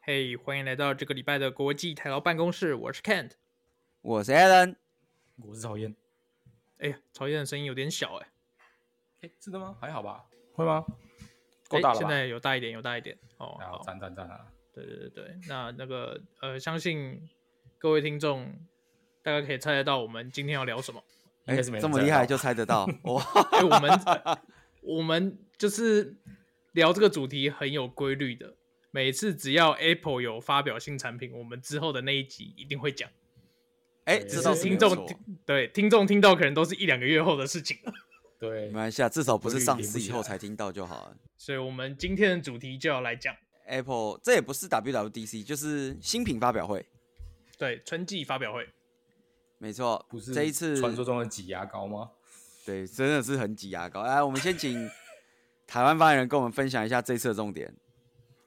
嘿欢迎来到这个礼拜的国际台劳办公室，我是 Kent。我是 Alan，我是讨厌。哎呀，曹燕的声音有点小哎、哎，是的吗？还好吧？会吗？够哎大了现吧？在有大一点，有大一点哦。然后赞赞赞啊！对对对对，那那个呃，相信各位听众大概可以猜得到我们今天要聊什么。应哎，该是没人这么在厉害吧就猜得到哇！哎，我们 我们就是聊这个主题很有规律的，每次只要 Apple 有发表新产品，我们之后的那一集一定会讲。哎，对这只倒是是听没众错听对听众听到可能都是一两个月后的事情了。对没，关系啊，至少不规是律上连不市以起后来才听到就好了。所以我们今天的主题就要来讲 Apple 这也不是 WWDC，就是新品发表会，对春季发表会。没错不是，这一次传说中的挤牙膏吗？对真的是很挤牙膏。来，我们先请台湾发言人跟我们分享一下这次的重点。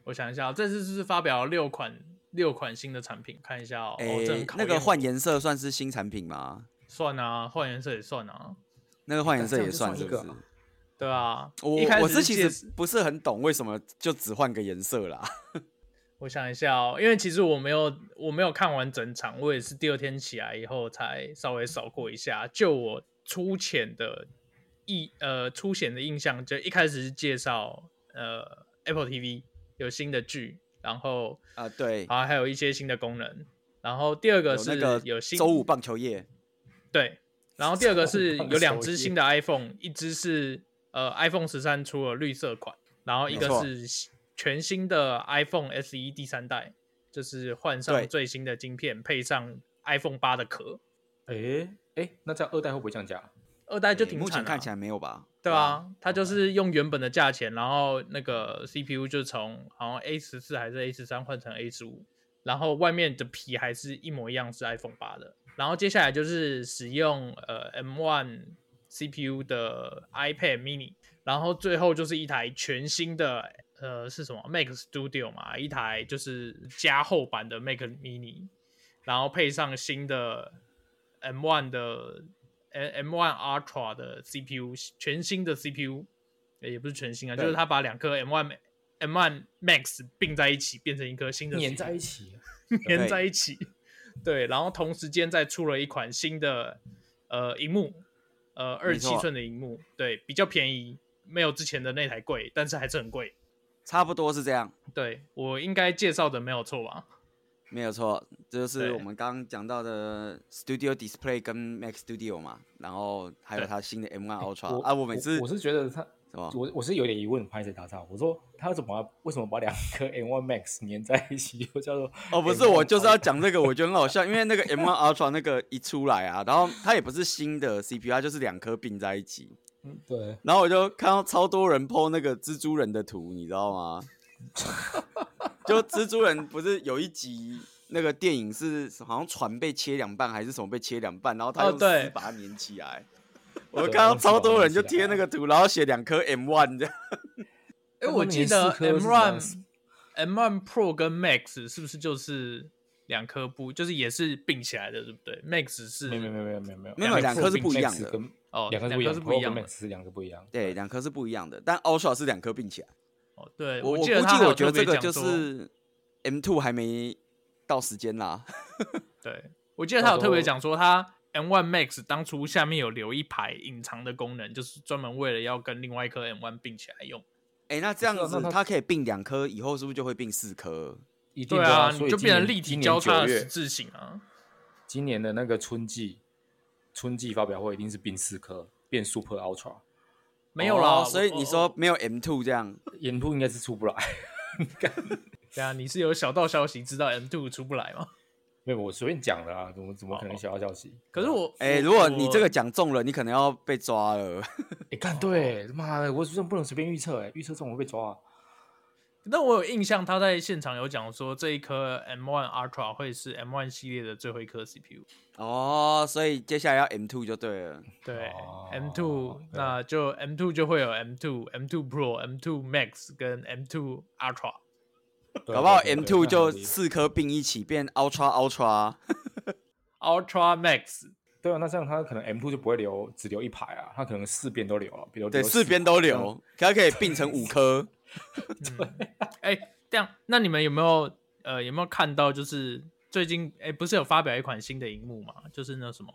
我想一下，哦这次是发表六款六款新的产品，看一下哦。哎哦这很，考那验个我换颜色算是新产品吗？算啊，换颜色也算啊，那个换颜色这样也就算算是一不个是？对啊。一开我始我是其介实不是很懂为什么就只换个颜色啦。我想一下哦，因为其实我没有我没有看完整场，我也是第二天起来以后才稍微扫过一下。就我粗浅的意呃粗浅的印象，就一开始是介绍呃 Apple TV 有新的剧，然后啊，对，啊还有一些新的功能，然后第二个有是那个有新周五棒球夜，对，然后第二个是超棒有两手只机新的 iPhone，一只是呃 iPhone 十三出了绿色款，然后一没个错是新全新的 iPhone SE 第三代，就是换对上最新的晶片，配上 iPhone 八的壳，哎哎，那这样二代会不会降价？二代就停目产前了、啊看起来没有吧？对啊，它就是用原本的价钱，然后那个 CPU 就从好像 A 十四还是 A 十三换成 A 十五，然后外面的皮还是一模一样是 iPhone 八的。然后接下来就是使用呃 M one CPU 的 iPad mini，然后最后就是一台全新的呃是什么 Mac Studio 嘛，一台就是加厚版的 Mac mini，然后配上新的 M one 的呃 M M1 Ultra 的 CPU，全新的 CPU，呃也不是全新啊，对就是它把两颗 M1 M1 Max 并在一起，变成一颗新的 CPU, 粘在一起，粘在一起。对，然后同时间再出了一款新的呃荧幕，呃二没十错七寸的荧幕，对，比较便宜，没有之前的那台贵，但是还是很贵。差不多是这样，对我应该介绍的没有错吧？没有错。这就是对我们刚刚讲到的 Studio Display 跟 Mac Studio 嘛，然后还有对哎它新的 M1 Ultra 我啊，我每次我我是觉得他，什么？我我是有点疑问，拍谁打岔？我说他怎么把为什么把两颗 M1 Max 粘在一起？又叫做哦，不是， M1 我就是要 Ultra 讲这个，我觉得很 好笑，因为那个 M1 Ultra 那个一出来啊，然后它也不是新的 CPU，它就是两颗并在一起，嗯对，然后我就看到超多人 PO 那个蜘蛛人的图，你知道吗？就蜘蛛人不是有一集那个电影是好像船被切两半还是什么被切两半，然后他哦用对丝把它粘起来。我就看到超多人就贴那个图，然后写两颗 M one 这样。哎，但我他们记连得四颗是 M 怎 One 样 M One Pro 跟 Max 是不是就是两颗不，就是也是并起来的，对不对？Max 是没有没有没有没有没有没有两颗是不一样的 Max 跟哦，两颗颗是是不不一一样样的，Pro 跟的。 Max 是两个不一样。对，两颗是不一样的，但 Ultra 是两颗并起来。哦，对，我记估得他计还有我觉得特别这个讲就说是 M two 还没到时间啦。对，我记得他有到时特别候讲说，他 M1 Max 当初下面有留一排隐藏的功能，就是专门为了要跟另外一颗 M1 并起来用。哎，那这样不是子啊那它它可以并两颗，以后是不是就会并四颗？一定对的啊，所你以就今变成年立体今年交九叉的月十字形啊。今年的那个春季春季发表会一定是并四颗，变 Super Ultra，没有啦，哦所以我你说没有 M two 这样，沿路应该是出不来。 对啊，你是有小道消息知道 M2 出不来吗？没有，我随便讲的啊，怎么怎哦么可能小道消息？可是我，哎、我如果你我这个讲中了，你可能要被抓了。哎，干对，妈的，我真的不能随便预测，哎，预测这种会被抓啊。但我有印象，他在现场有讲说，这一颗 M1 Ultra 会是 M1 系列的最后一颗 CPU。 哦，所以接下来要 M two 就对了。对哦，M2 对那就 M2 就会有 M2、M2 Pro、M2 Max 跟 M2 Ultra。搞不好对 M 对 two 对啊就那很合理四颗并一起变 Ultra Ultra。 Ultra Max，对啊，那这样他可能 M two 就不会留，只留一排啊，他可能四边都留了，比如对，四边啊都 留，它可以并成五颗。哎、这样，那你们有没有呃有没有看到，就是最近哎、不是有发表一款新的荧幕嘛，就是那什么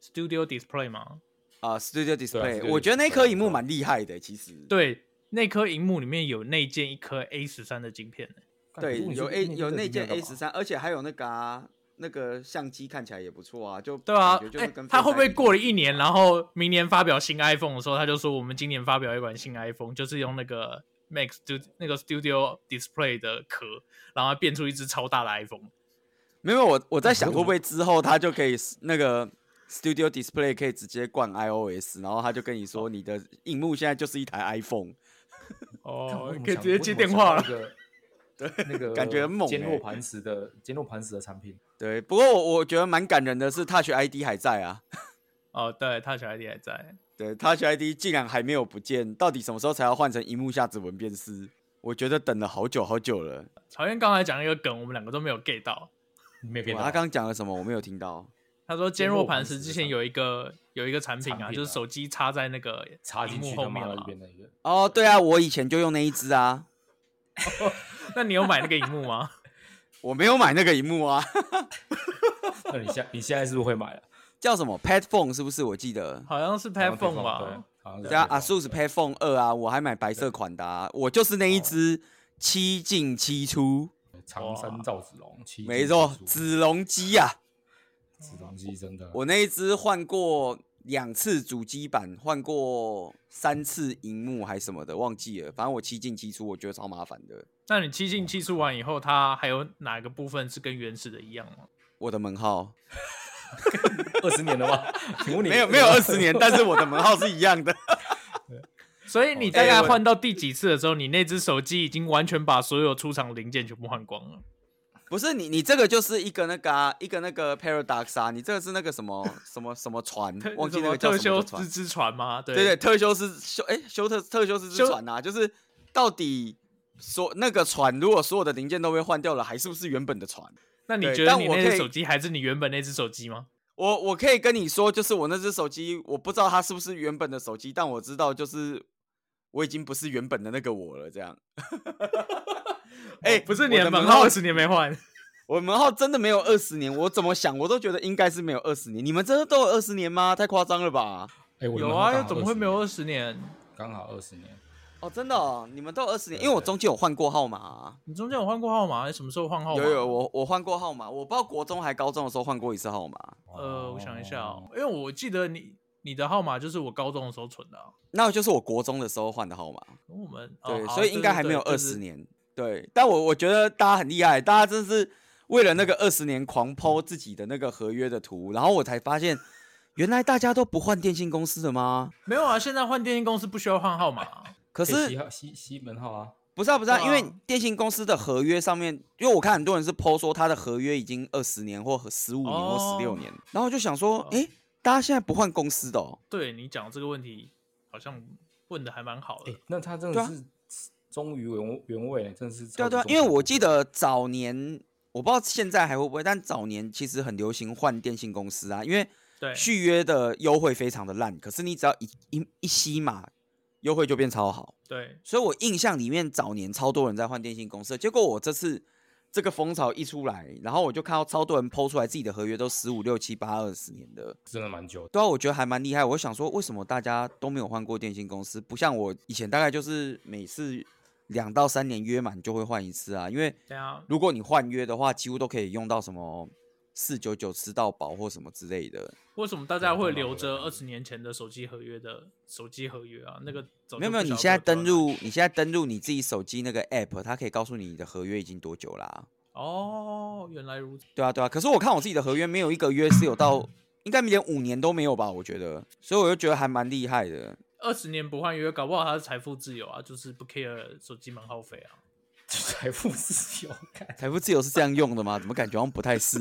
Studio Display 吗？啊，Studio Display， Studio 我觉得那颗 Display，荧幕对啊蛮厉害的，其实。对，那颗荧幕里面有内建一颗 A 十三的晶片、欸，啊对，有 A 有内建 A 十三，三，而且还有那个啊，那个相机看起来也不错啊，就对啊感觉，就哎、是跟他 Face 会不会 ID 过了一年，然后明年发表新 iPhone 的时候，他就说我们今年发表一款新 iPhone，就是用那个 Mac Studio 那个 Studio Display 的壳，然后变出一只超大的 iPhone。啊没有，我我在想会不会之后他就可以 s- 那个 Studio Display 可以直接灌 iOS，然后他就跟你说你的荧幕现在就是一台 iPhone，哦，可以直接接电话了。了。对，那个感觉很猛坚欸若磐石的坚若磐石的产品，对。不过我我觉得蛮感人的是 Touch ID 还在啊，哦，对，他小 ID 还在。对 Touch ID 竟然还没有不见，到底什么时候才要换成荧幕下指纹辨识？我觉得等了好久好久了。曹燕刚才讲一个梗，我们两个都没有 get 到。你没有哇啊骗他刚刚讲了什么？我没有听到。他说坚坚若若磐磐石石之的前产有一个有一个产品产啊，品就是啊手机插在那个插荧进幕去后的面嘛，嘛那边的一个，哦，对啊，我以前就用那一只啊，那你有买那个荧幕吗？ 我没有买那个荧幕啊， 那你现你现在是不是会买了？叫什么 Pad Phone 是不是？我记得。好像是好像 Padphone 对吧？，好像是对啊 iPhone， ，ASUS Pad Phone 二啊，我还买白色款的啊，我就是那一只七进哦七出，长山赵子龙，七没进错七，出子龙机啊，子龙机真的，我那一只换过两次主机版，换过三次荧幕还什么的，忘记了，反正我七进七出，我觉得超麻烦的。那你七进七出完以后，它还有哪个部分是跟原始的一样吗？我的门号二十年了 吧？请问你没有没有二十 年，但是我的门号是一样 的。所以你大概换到第几次的时候，你那只手机已经完全把所有出厂零件全部换光了。不是你，你这个就是一个那个啊，一个那个 paradox 啊，你这个是那个什么什么什么船，忘记什那么个叫特什么修的船之。之船吗？对对对，特修斯修哎、修特特修斯之修船呐、啊，就是到底所那个船，如果所有的零件都被换掉了，还是不是原本的船？那你对觉得但你我那只可以手机还是你原本那只手机吗？我我可以跟你说，就是我那只手机，我不知道它是不是原本的手机，但我知道就是我已经不是原本的那个我了。这 样，哎、哦不是我你的门门号号二，十年没换，我门号真的没有二十年，我怎么想我都觉得应该是没有二十年。你们真的都有二十年吗？太夸张了吧！哎，我的有门号啊，刚又好怎么会20没有年二？十年？刚好二十年，哦，真的、哦，你们都有二十年，因为对我对中间有换过号码、啊。你中间有换过号码？你哎什么时候换号码？有有，我我换过号码，我不知道国中还高中的时候换过一次号码。呃，我想一下哦，，因为我记得你你的号码就是我高中的时候存的、啊，那就是我国中的时候换的号码，跟我们哦对，好所以对应该对还没对有二就是十年。对，但我我觉得大家很厉害，大家真是为了那嗯个二十年狂抛自己的那个合约的图，然后我才发现，原来大家都不换电信公司的吗？没有啊。现在换电信公司不需要换号码啊、可哎西是号西西门号啊，不是啊，不是啊，对啊因为电信公司的合约上面，因为我看很多人是抛说他的合约已经二十年或十五年或哦十六年，然后我就想说，诶，大家现在不换公司的哦，对你讲这个问题，好像问的还蛮好的。哎，那他真对的啊是忠于原原味，真的是对啊超级对啊，忠因为诚我记得早年，我不知道现在还会不会，但早年其实很流行换电信公司啊，因为对，续约的优惠非常的烂，可是你只要一一一吸码，优惠就变超好。对，所以我印象里面早年超多人在换电信公司，结果我这次这个风潮一出来，然后我就看到超多人抛出来自己的合约都十五六七八二十年的，真的蛮久的。 对啊，我觉得还蛮厉害。我想说，为什么大家都没有换过电信公司？不像我以前，大概就是每次两到三年约满就会换一次啊。因为对啊，如果你换约的话，几乎都可以用到什么四九九吃到饱或什么之类的。为什么大家会对啊留换号着码二十年前的手机合约的手机合约啊？那个早就没有没有，不晓你得现在多少登了录，你现在登录你自己手机那个 app，它可以告诉你你的合约已经多久啦、哦，原来如此。对啊，对啊。可是我看我自己的合约，没有一个约是有到，应该连五年都没有吧？我觉得，所以我就觉得还蛮厉害的。二十年不换约，搞不好他是财富自由啊，就是不 care 手机门号费啊。财富自由感，财富自由是这样用的吗？怎么感觉好像不太是？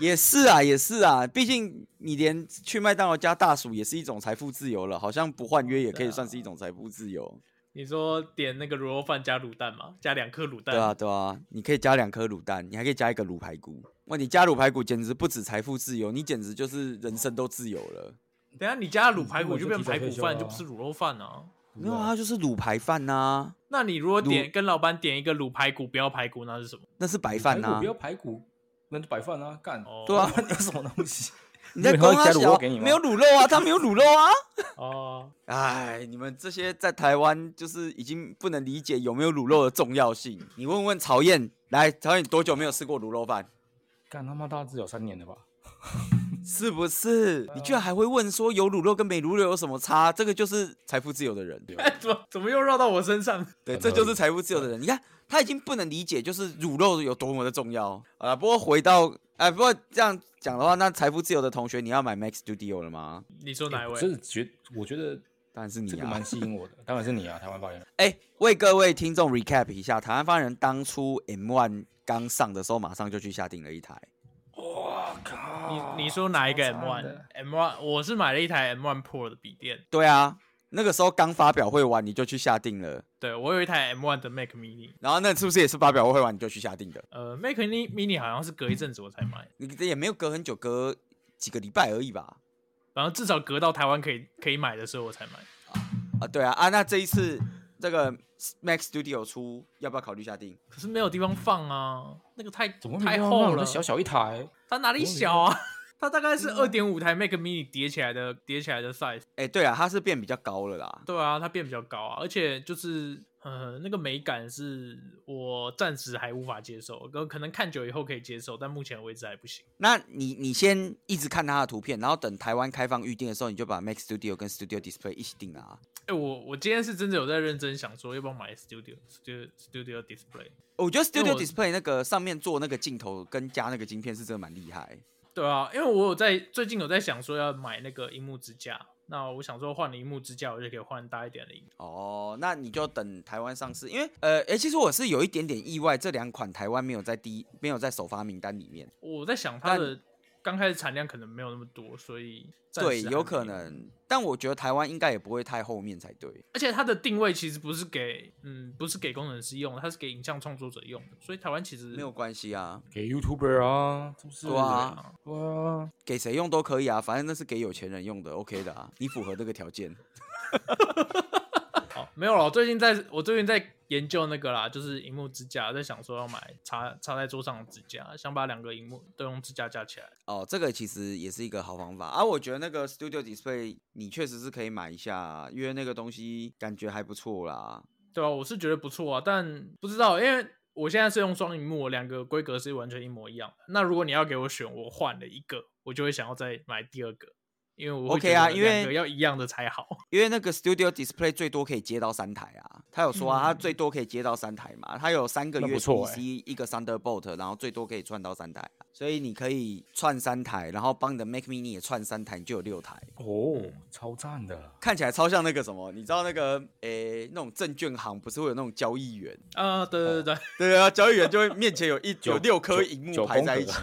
也是啊，也是啊，毕竟你连去麦当劳加大薯也是一种财富自由了，好像不换约也可以算是一种财富自由。你说点那个卤肉饭加卤蛋嘛，加两颗卤蛋。对啊，，对啊，你可以加两颗卤蛋，你还可以加一个卤排骨。哇，你加卤排骨简直不止财富自由，你简直就是人生都自由了。等一下你加卤排嗯骨我就就变提早排骨退休饭，了就不是卤肉饭啊。没有啊，它就是卤排饭呐、那你如果卤点跟老板点一个卤排骨，不要排骨，那是什么？那是白饭呐、不要排骨，那就白饭啊，干。哦对啊 白饭有什么东西？你在光他他加卤肉小，给你吗没有卤肉啊，他没有卤肉啊。哦， 哎，你们这些在台湾就是已经不能理解有没有卤肉的重要性。你问问曹燕，来，曹燕你多久没有吃过卤肉饭？干他妈大致有三年了吧？是不是？你居然还会问说有卤肉跟没卤肉有什么差？这个就是财富自由的人。哎，怎么怎么又绕到我身上？ 对，很这合就是理财富自由的人。你看，他已经不能理解就是乳肉有多么的重要啊。不过回到，哎，不过这样讲的话，那财富自由的同学，你要买 Max Studio 了吗？你说哪一位？就是觉，哎我觉得当然是你这个啊蛮！吸引我的， 当然是你啊，台湾 发言人。哎、为各位听众 recap 一下，台湾发言人当初 M One 刚上的时候，马上就去下定了一台。哇靠你你说哪一个啊超 M 惨 One 的 M One？我是买了一台 M One Pro 的笔电，对啊，那个时候刚发表会完，你就去下定了。对我有一台 M One 的 Mac Mini，然后那是不是也是发表会完你就去下定的？呃，Mac Mini Mini 好像是隔一阵子我才买，你这也没有隔很久，隔几个礼拜而已吧？然后至少隔到台湾可以可以买的时候我才买。啊，对啊啊，那这一次这个 Max Studio 出，要不要考虑下定？可是没有地方放啊，那个太怎么啊太厚了，小小一台，它哪里小啊？ 它大概是二点五台 Mac Mini 叠起来的叠起来的 size。哎、对啊，它是变比较高了啦。对啊，它变比较高啊，而且就是呃，那个美感是我暂时还无法接受，可可能看久以后可以接受，但目前为止还不行。那你你先一直看它的图片，然后等台湾开放预定的时候，你就把 Max Studio 跟 Studio Display 一起定啊。哎、我我今天是真的有在认真想说，要不要买 Studio Studio Studio Display？我觉得因为 Studio 我 Display 那个上面做那个镜头跟加那个晶片是真的蛮厉害。对啊，因为我有在最近有在想说要买那个荧幕支架，那我想说换了荧幕支架，我就可以换大一点的荧幕。哦，那你就等台湾上市，因为呃，哎、其实我是有一点点意外，这两款台湾没有在第一，没有在首发名单里面。我在想它但的刚开始产量可能没有那么多，所以暂对，时有还可没能，但我觉得台湾应该也不会太后面才对。而且它的定位其实不是给嗯，不是给工程师用的，它是给影像创作者用的。所以台湾其实没有关系啊，给 YouTuber 啊，是不是？对啊，对啊，给谁用都可以啊，反正那是给有钱人用的，OK 的啊，你符合这个条件。哦，没有了。我最近在我最近在研究那个啦，就是荧幕支架，在想说要买插插在桌上的支架，想把两个荧幕都用支架架起来。哦，这个其实也是一个好方法啊。我觉得那个 Studio Display 你确实是可以买一下，啊因为那个东西感觉还不错啦。对啊，我是觉得不错啊，但不知道，因为我现在是用双荧幕，我两个规格是完全一模一样的。那如果你要给我选，我换了一个，我就会想要再买第二个，因为我会 OK 觉得啊因为两个要一样的才好。 因为那个 Studio Display 最多可以接到三台啊，他有说啊，他最多可以接到三台嘛，他有三个嗯那不 USB 错欸 C，、一个 Thunderbolt，然后最多可以串到三台啊、所以你可以串三台，然后帮你的 Mac Mini 也串三台，你就有六台。哦，超赞的，看起来超像那个什么，你知道那个诶、那种证券行不是会有那种交易员？啊，对对对对，对啊，交易员就会面前有一 九有六颗九荧幕九排宫在格一起，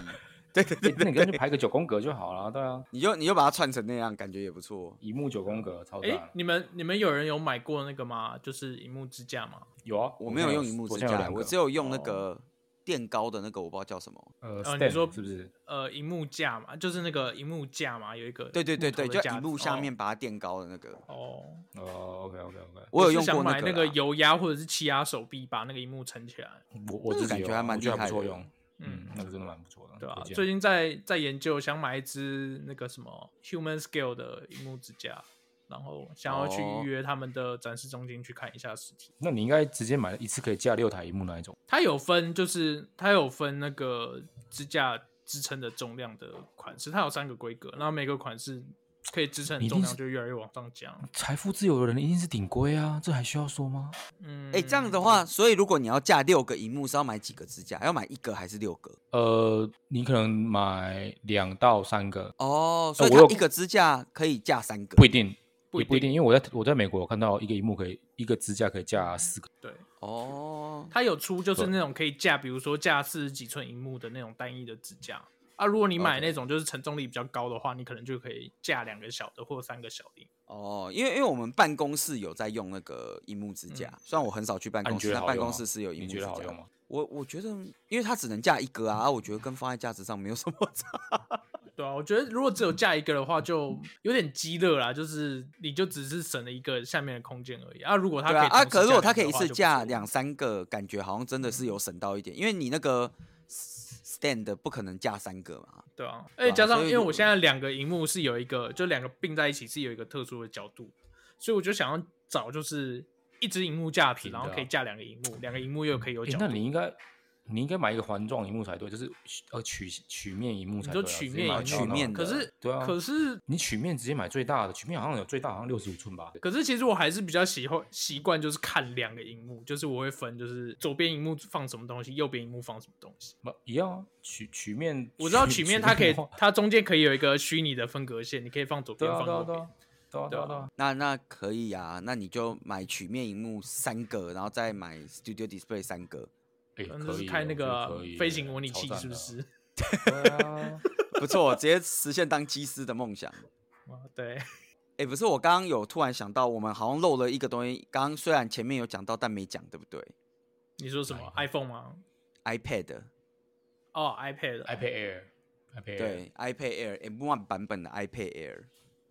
对 对对欸那你干脆排个九宫格就好了，对啊，你就你就把它串成那样，感觉也不错。一幕九宫格超哎、赞。你们你们有人有买过那个吗？就是荧幕支架吗？有啊，我没有用荧幕支架，我只有用那哦个垫高的那个，我不知道叫什么。呃呃你 stand 说是不是？呃，荧幕架嘛，就是那个荧幕架嘛，有一个对对对对，木头就的架荧子幕下面把它垫高的那个，哦。哦哦，OK OK OK，我有是用想过买个个啦。油压或者是气压手臂，把那个荧幕撑起来。我我那个自己嗯感有觉啊还蛮我觉得厉害还不错的用，嗯嗯，那个真的蛮不错的，对啊推，荐最近在在研究，想买一只那个什么 Human Scale 的荧幕支架，然后想要去哦预约他们的展示中心去看一下实体。那你应该直接买一次可以架六台荧幕那一种，它有分，就是它有分那个支架支撑的重量的款式，它有三个规格，然后每个款式可以支撑的一定重量是就越来越往上加。财富自由的人一定是顶规啊，这还需要说吗？嗯，哎，这样的话，所以如果你要架六个荧幕，是要买几个支架？要买一个还是六个？呃，你可能买两到三个，哦，所以我它有一个支架可以架三个不。一定，不也一不一定定，因为我在我在美国有看到一个荧幕可以一个支架可以架四个，对，哦，它有出就是对那种可以架，比如说架四十几寸荧幕的那种单一的支架啊。如果你买哦 OK 那种就是承重力比较高的话，你可能就可以架两个小的或三个小的。哦，因为因为我们办公室有在用那个荧幕支架，虽然我很少去办啊公你室，觉那得好办用公吗室是有荧你幕觉支得好架用吗？我我觉得，因为它只能架一个啊，啊我觉得跟放在架子上没有什么差。对啊，我觉得如果只有架一个的话，就有点鸡肋啦，就是你就只是省了一个下面的空间而已啊。如果他对可以啊，啊，同时可是如果架他两个的可以一话次就不架错嗯两三个，感觉好像真的是有省到一点，因为你那个 stand 不可能架三个嘛。对啊，而对且啊加上，所以因为就我现在两个荧幕是有一个，就两个并在一起是有一个特殊的角度，所以我就想要找就是一只荧幕架真平，的然啊后可以架两个荧幕，两个荧幕又可以有诶角那度。你应该你应该买一个环状荧幕才对，就是呃曲曲面荧幕你才说对啊、曲直接面买荧幕到那曲个面可的是对啊可是你曲面直接买最大的，曲面好像有最大好像六十五寸吧？可是，其实我还是比较喜欢习惯就是看两个荧幕，就是我会分，就是左边荧幕放什么东西，右边荧幕放什么东西。不一样啊，曲曲面我知道曲面它可以的话，它中间可以有一个虚拟的分隔线，你可以放左对边放啊对啊右对边啊。对啊对啊对对啊，那那可以啊，那你就买曲面荧幕三个，然后再买 Studio Display 三个，哎、嗯，就可是以开耶那我觉个得可以耶飞行模拟超器，赞是不的啊？是？ 对啊，不错，直接实现当机师的梦想。哇哦对，哎、不是，我刚刚有突然想到，我们好像漏了一个东西。刚刚虽然前面有讲到，但没讲，对不对你说什么 iPhone 吗？ ？iPad，哦，iPad iPad Air。iPad Air, 对，iPad Air M One 版本的 iPad Air。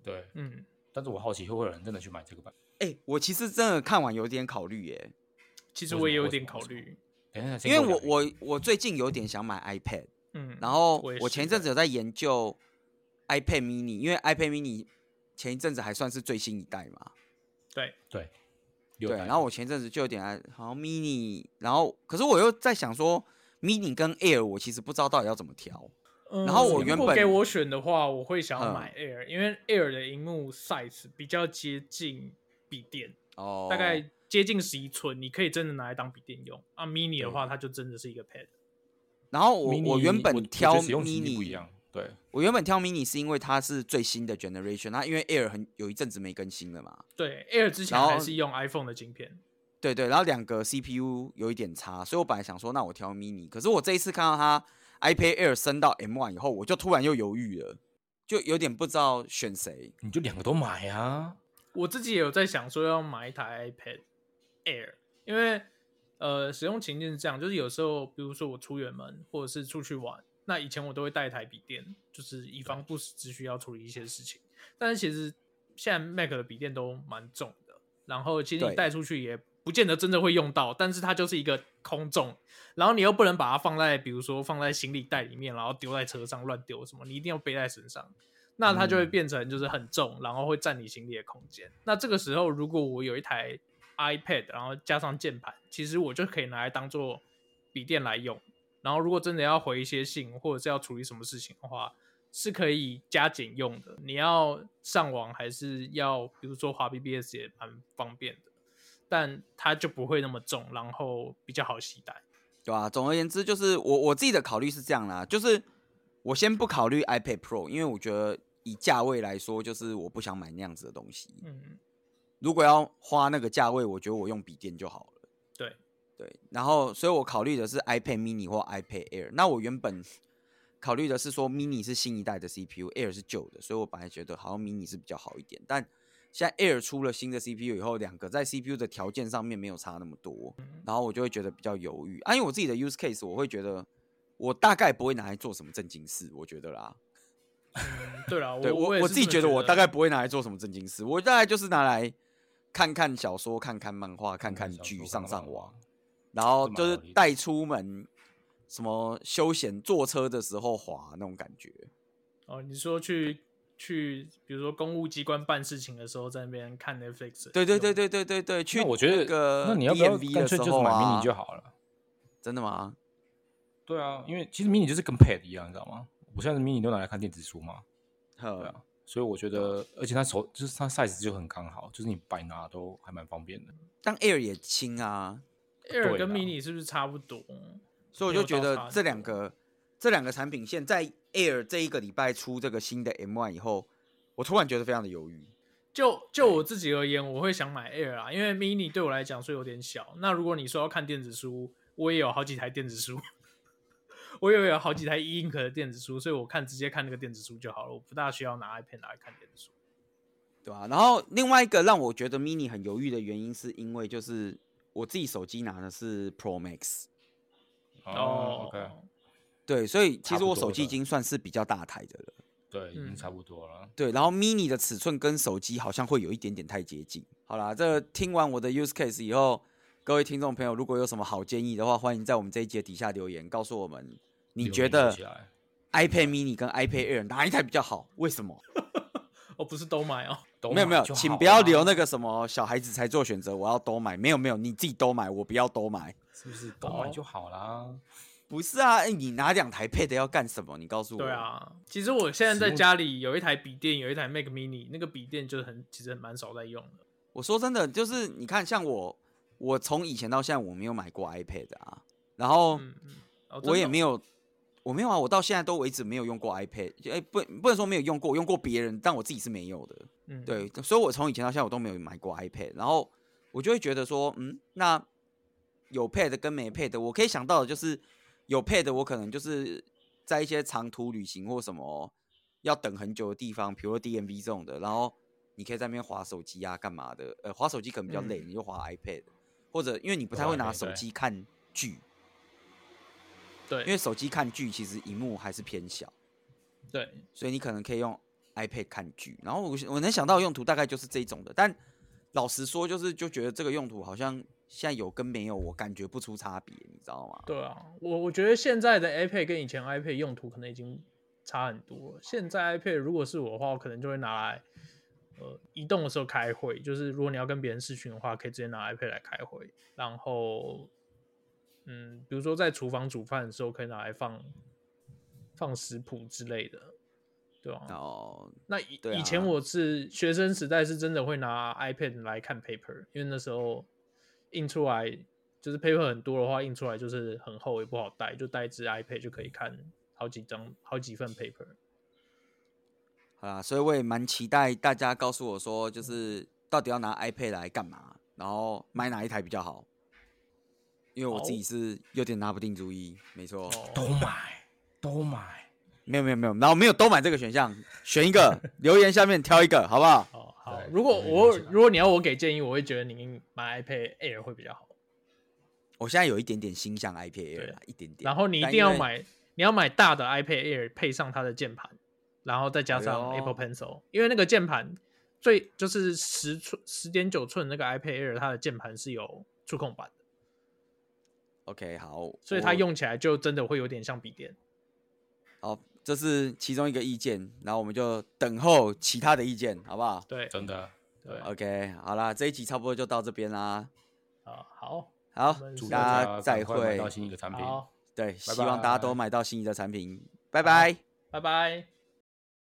对，嗯，但是我好奇会不会有人真的去买这个版？哎、我其实真的看完有点考虑耶、其实为什我也么有为什点么考为什么虑，等一下，先因为跟我讲一我我最近有点想买 iPad，嗯，然后我也我是前一阵子有在研究 iPad mini，因为 iPad mini 前一阵子还算是最新一代嘛，对，对六对。代然后我前一阵子就有点爱好像 mini，然后可是我又在想说 mini 跟 Air，我其实不知道到底要怎么调。嗯然后我原如果本给我选的话，我会想要嗯买 Air，、因为 Air 的荧幕 size 比较接近笔电，哦，大概接近十一寸，你可以真的拿来当笔电用。啊，mini 的对话，它就真的是一个 pad。然后我 Mini，我原我本觉挑得使用情境不一 mini，样，对我原本挑 mini 是因为它是最新的 generation，它因为 Air 很有一阵子没更新了嘛，对，Air 之前然后还是用 iPhone 的晶片，对对，然后两个 CPU 有一点差，所以我本来想说那我挑 mini，可是我这一次看到它 iPad Air 升到 M one 以后，我就突然又犹豫了，就有点不知道选谁。你就两个都买啊，我自己也有在想说要买一台 iPad Air，因为呃，使用情境是这样，就是有时候比如说我出远门或者是出去玩，那以前我都会带一台笔电，就是以防不时之需要处理一些事情。但是其实现在 Mac 的笔电都蛮重的，然后其实你对带出去也不见得真的会用到，但是它就是一个空重，然后你又不能把它放在比如说放在行李袋里面，然后丢在车上乱丢什么，你一定要背在身上。那它就会嗯变成就是很重，然后会占你行李的空间。那这个时候，如果我有一台 iPad，然后加上键盘，其实我就可以拿来当做笔电来用。然后如果真的要回一些信，或者是要处理什么事情的话，是可以加减用的。你要上网还是要，比如说滑 BBS 也蛮方便的，但它就不会那么重，然后比较好携带。对吧、总而言之，就是我我自己的考虑是这样啦，就是我先不考虑 iPad Pro，因为我觉得以价位来说，就是我不想买那样子的东西。嗯，如果要花那个价位，我觉得我用笔电就好了。对，对，然后所以我考虑的是 iPad mini 或 iPad Air。那我原本考虑的是说 mini 是新一代的 CPU，Air 是旧的，所以我本来觉得好像 mini 是比较好一点。但现在 Air 出了新的 CPU 以后，两个在 CPU 的条件上面没有差那么多，然后我就会觉得比较犹豫。啊，因为我自己的 use case，我会觉得我大概不会拿来做什么正经事，我觉得啦。嗯，对哦了，对我我也我是自己这么觉觉得我啊大概不会拿来做什么正经事，我大概就是拿来看看小说、看看漫画、看看小剧、说上看上漫网画，然后蛮就是合理的带出门，什么休闲坐车的时候滑那种感觉。哦，你说去去，比如说公务机关办事情的时候，在那边看 Netflix，对对对用对对对对，去那我觉得，个那你要不要 DMV 干的脆时就是候买啊 mini 就好了？真的吗？对啊，因为其实 mini 就是跟 pad 一样，你知道吗？我现在的 mini 都拿来看电子书嘛，对呵啊，所以我觉得，啊而且它手就是它 size 就很刚好，就是你摆拿都还蛮方便的。但 Air 也轻啊， Air 对跟啦 Mini 是不是差不多？所以我没就有觉到差得很这啊两多个这两个产品线在 Air 这一个礼拜出这个新的 M One 以后，我突然觉得非常的犹豫。就就我自己而言，我会想买 Air 啊，因为 Mini 对我来讲是有点小。那如果你说要看电子书，我也有好几台电子书， 我也有好几台 e ink 的电子书，所以我看直接看那个电子书就好了，我不大需要拿 iPad 拿来看电子书。对啊，然后另外一个让我觉得 mini 很犹豫的原因，是因为就是我自己手机拿的是 Pro Max，哦，OK，对，所以哦其差实不我多手机已的经算是比较大台的了。对，已经嗯差不多了。对，然后 mini 的尺寸跟手机好像会有一点点太接近。好啦，这听完我的 use case 以后，各位听众朋友如果有什么好建议的话，欢迎在我们这一节底下留言，告诉我们你留觉言得起来 iPad mini 跟 iPad Air 哪一台比较好？为什么？哦，不是都买哦，都没有买没有，就请好啊不要啦留那个什么小孩子才做选择，我要都买。没有没有，你自己都买，我不要都买。是不是都买哦就好啦？不是啊，哎你拿两台 Pad 要干什么？你告诉我。对，啊，其实我现在在实物家里有一台笔电，有一台 Mac Mini，那个笔电就是很其实蛮少在用的。我说真的，就是你看，像我，我从以前到现在我没有买过 iPad 啊，然后。嗯，嗯哦我也没有，有，我没有啊，我到现在都为止没有用过 iPad，哎、不不能说没有用过，用过别人，但我自己是没有的。嗯，对，所以我从以前到现在我都没有买过 iPad，然后我就会觉得说，嗯，那有 Pad 跟没 Pad，我可以想到的就是有 Pad，我可能就是在一些长途旅行或什么要等很久的地方，比如说 DMV 这种的，然后你可以在那边划手机啊，干嘛的？呃，划手机可能比较累，嗯你就划 iPad，或者因为你不太划会拿 iPad，手对机看剧，对，因为手机看剧其实荧幕还是偏小，对，所以你可能可以用 iPad 看剧。然后我我能想到的用途大概就是这一种的，但老实说，就是就觉得这个用途好像现在有跟没有，我感觉不出差别，你知道吗？对啊，我我觉得现在的 iPad 跟以前 iPad 用途可能已经差很多了。现在 iPad 如果是我的话，我可能就会拿来呃移动的时候开会，就是如果你要跟别人视讯的话，可以直接拿 iPad 来开会。然后，嗯，比如说在厨房煮饭的时候，可以拿来放放食谱之类的，对啊。然后那以、对以前啊我是学生时代是真的会拿 iPad 来看 paper，因为那时候印出来就是 paper 很多的话，印出来就是很厚，也不好带，就带一只 iPad 就可以看好几张、好几份 paper。好啦，所以我也蛮期待大家告诉我说，就是到底要拿 iPad 来干嘛，然后买哪一台比较好。因为我自己是有点拿不定主意，没错，都哦，买，都买。没有没有没有，然后没有都买这个选项，选 一个留言下面挑一个，好不好？好哦好对，如果我也我理解如果你要我给建议，我会觉得你买 iPad Air 会比较好，我现在有一点点心向 iPad 对 Air 啦一点点，然后你一但定因要为买，你要买大的 iPad Air 配上它的键盘，然后再加上哎呦 Apple Pencil，因为那个键盘最就是十寸十点九寸那个 iPad Air 它的键盘是有触控板的， OK，好，所以它我用起来就真的会有点像笔电。好，这是其中一个意见，然后我们就等候其他的意见，好不好对真的，对， ？OK，好啦，这一集差不多就到这边啦。啊好好我，们祝大大家家再赶快买会到。心仪的产品。好，对，希望大家都拜买到心仪的产品，拜好拜。拜拜。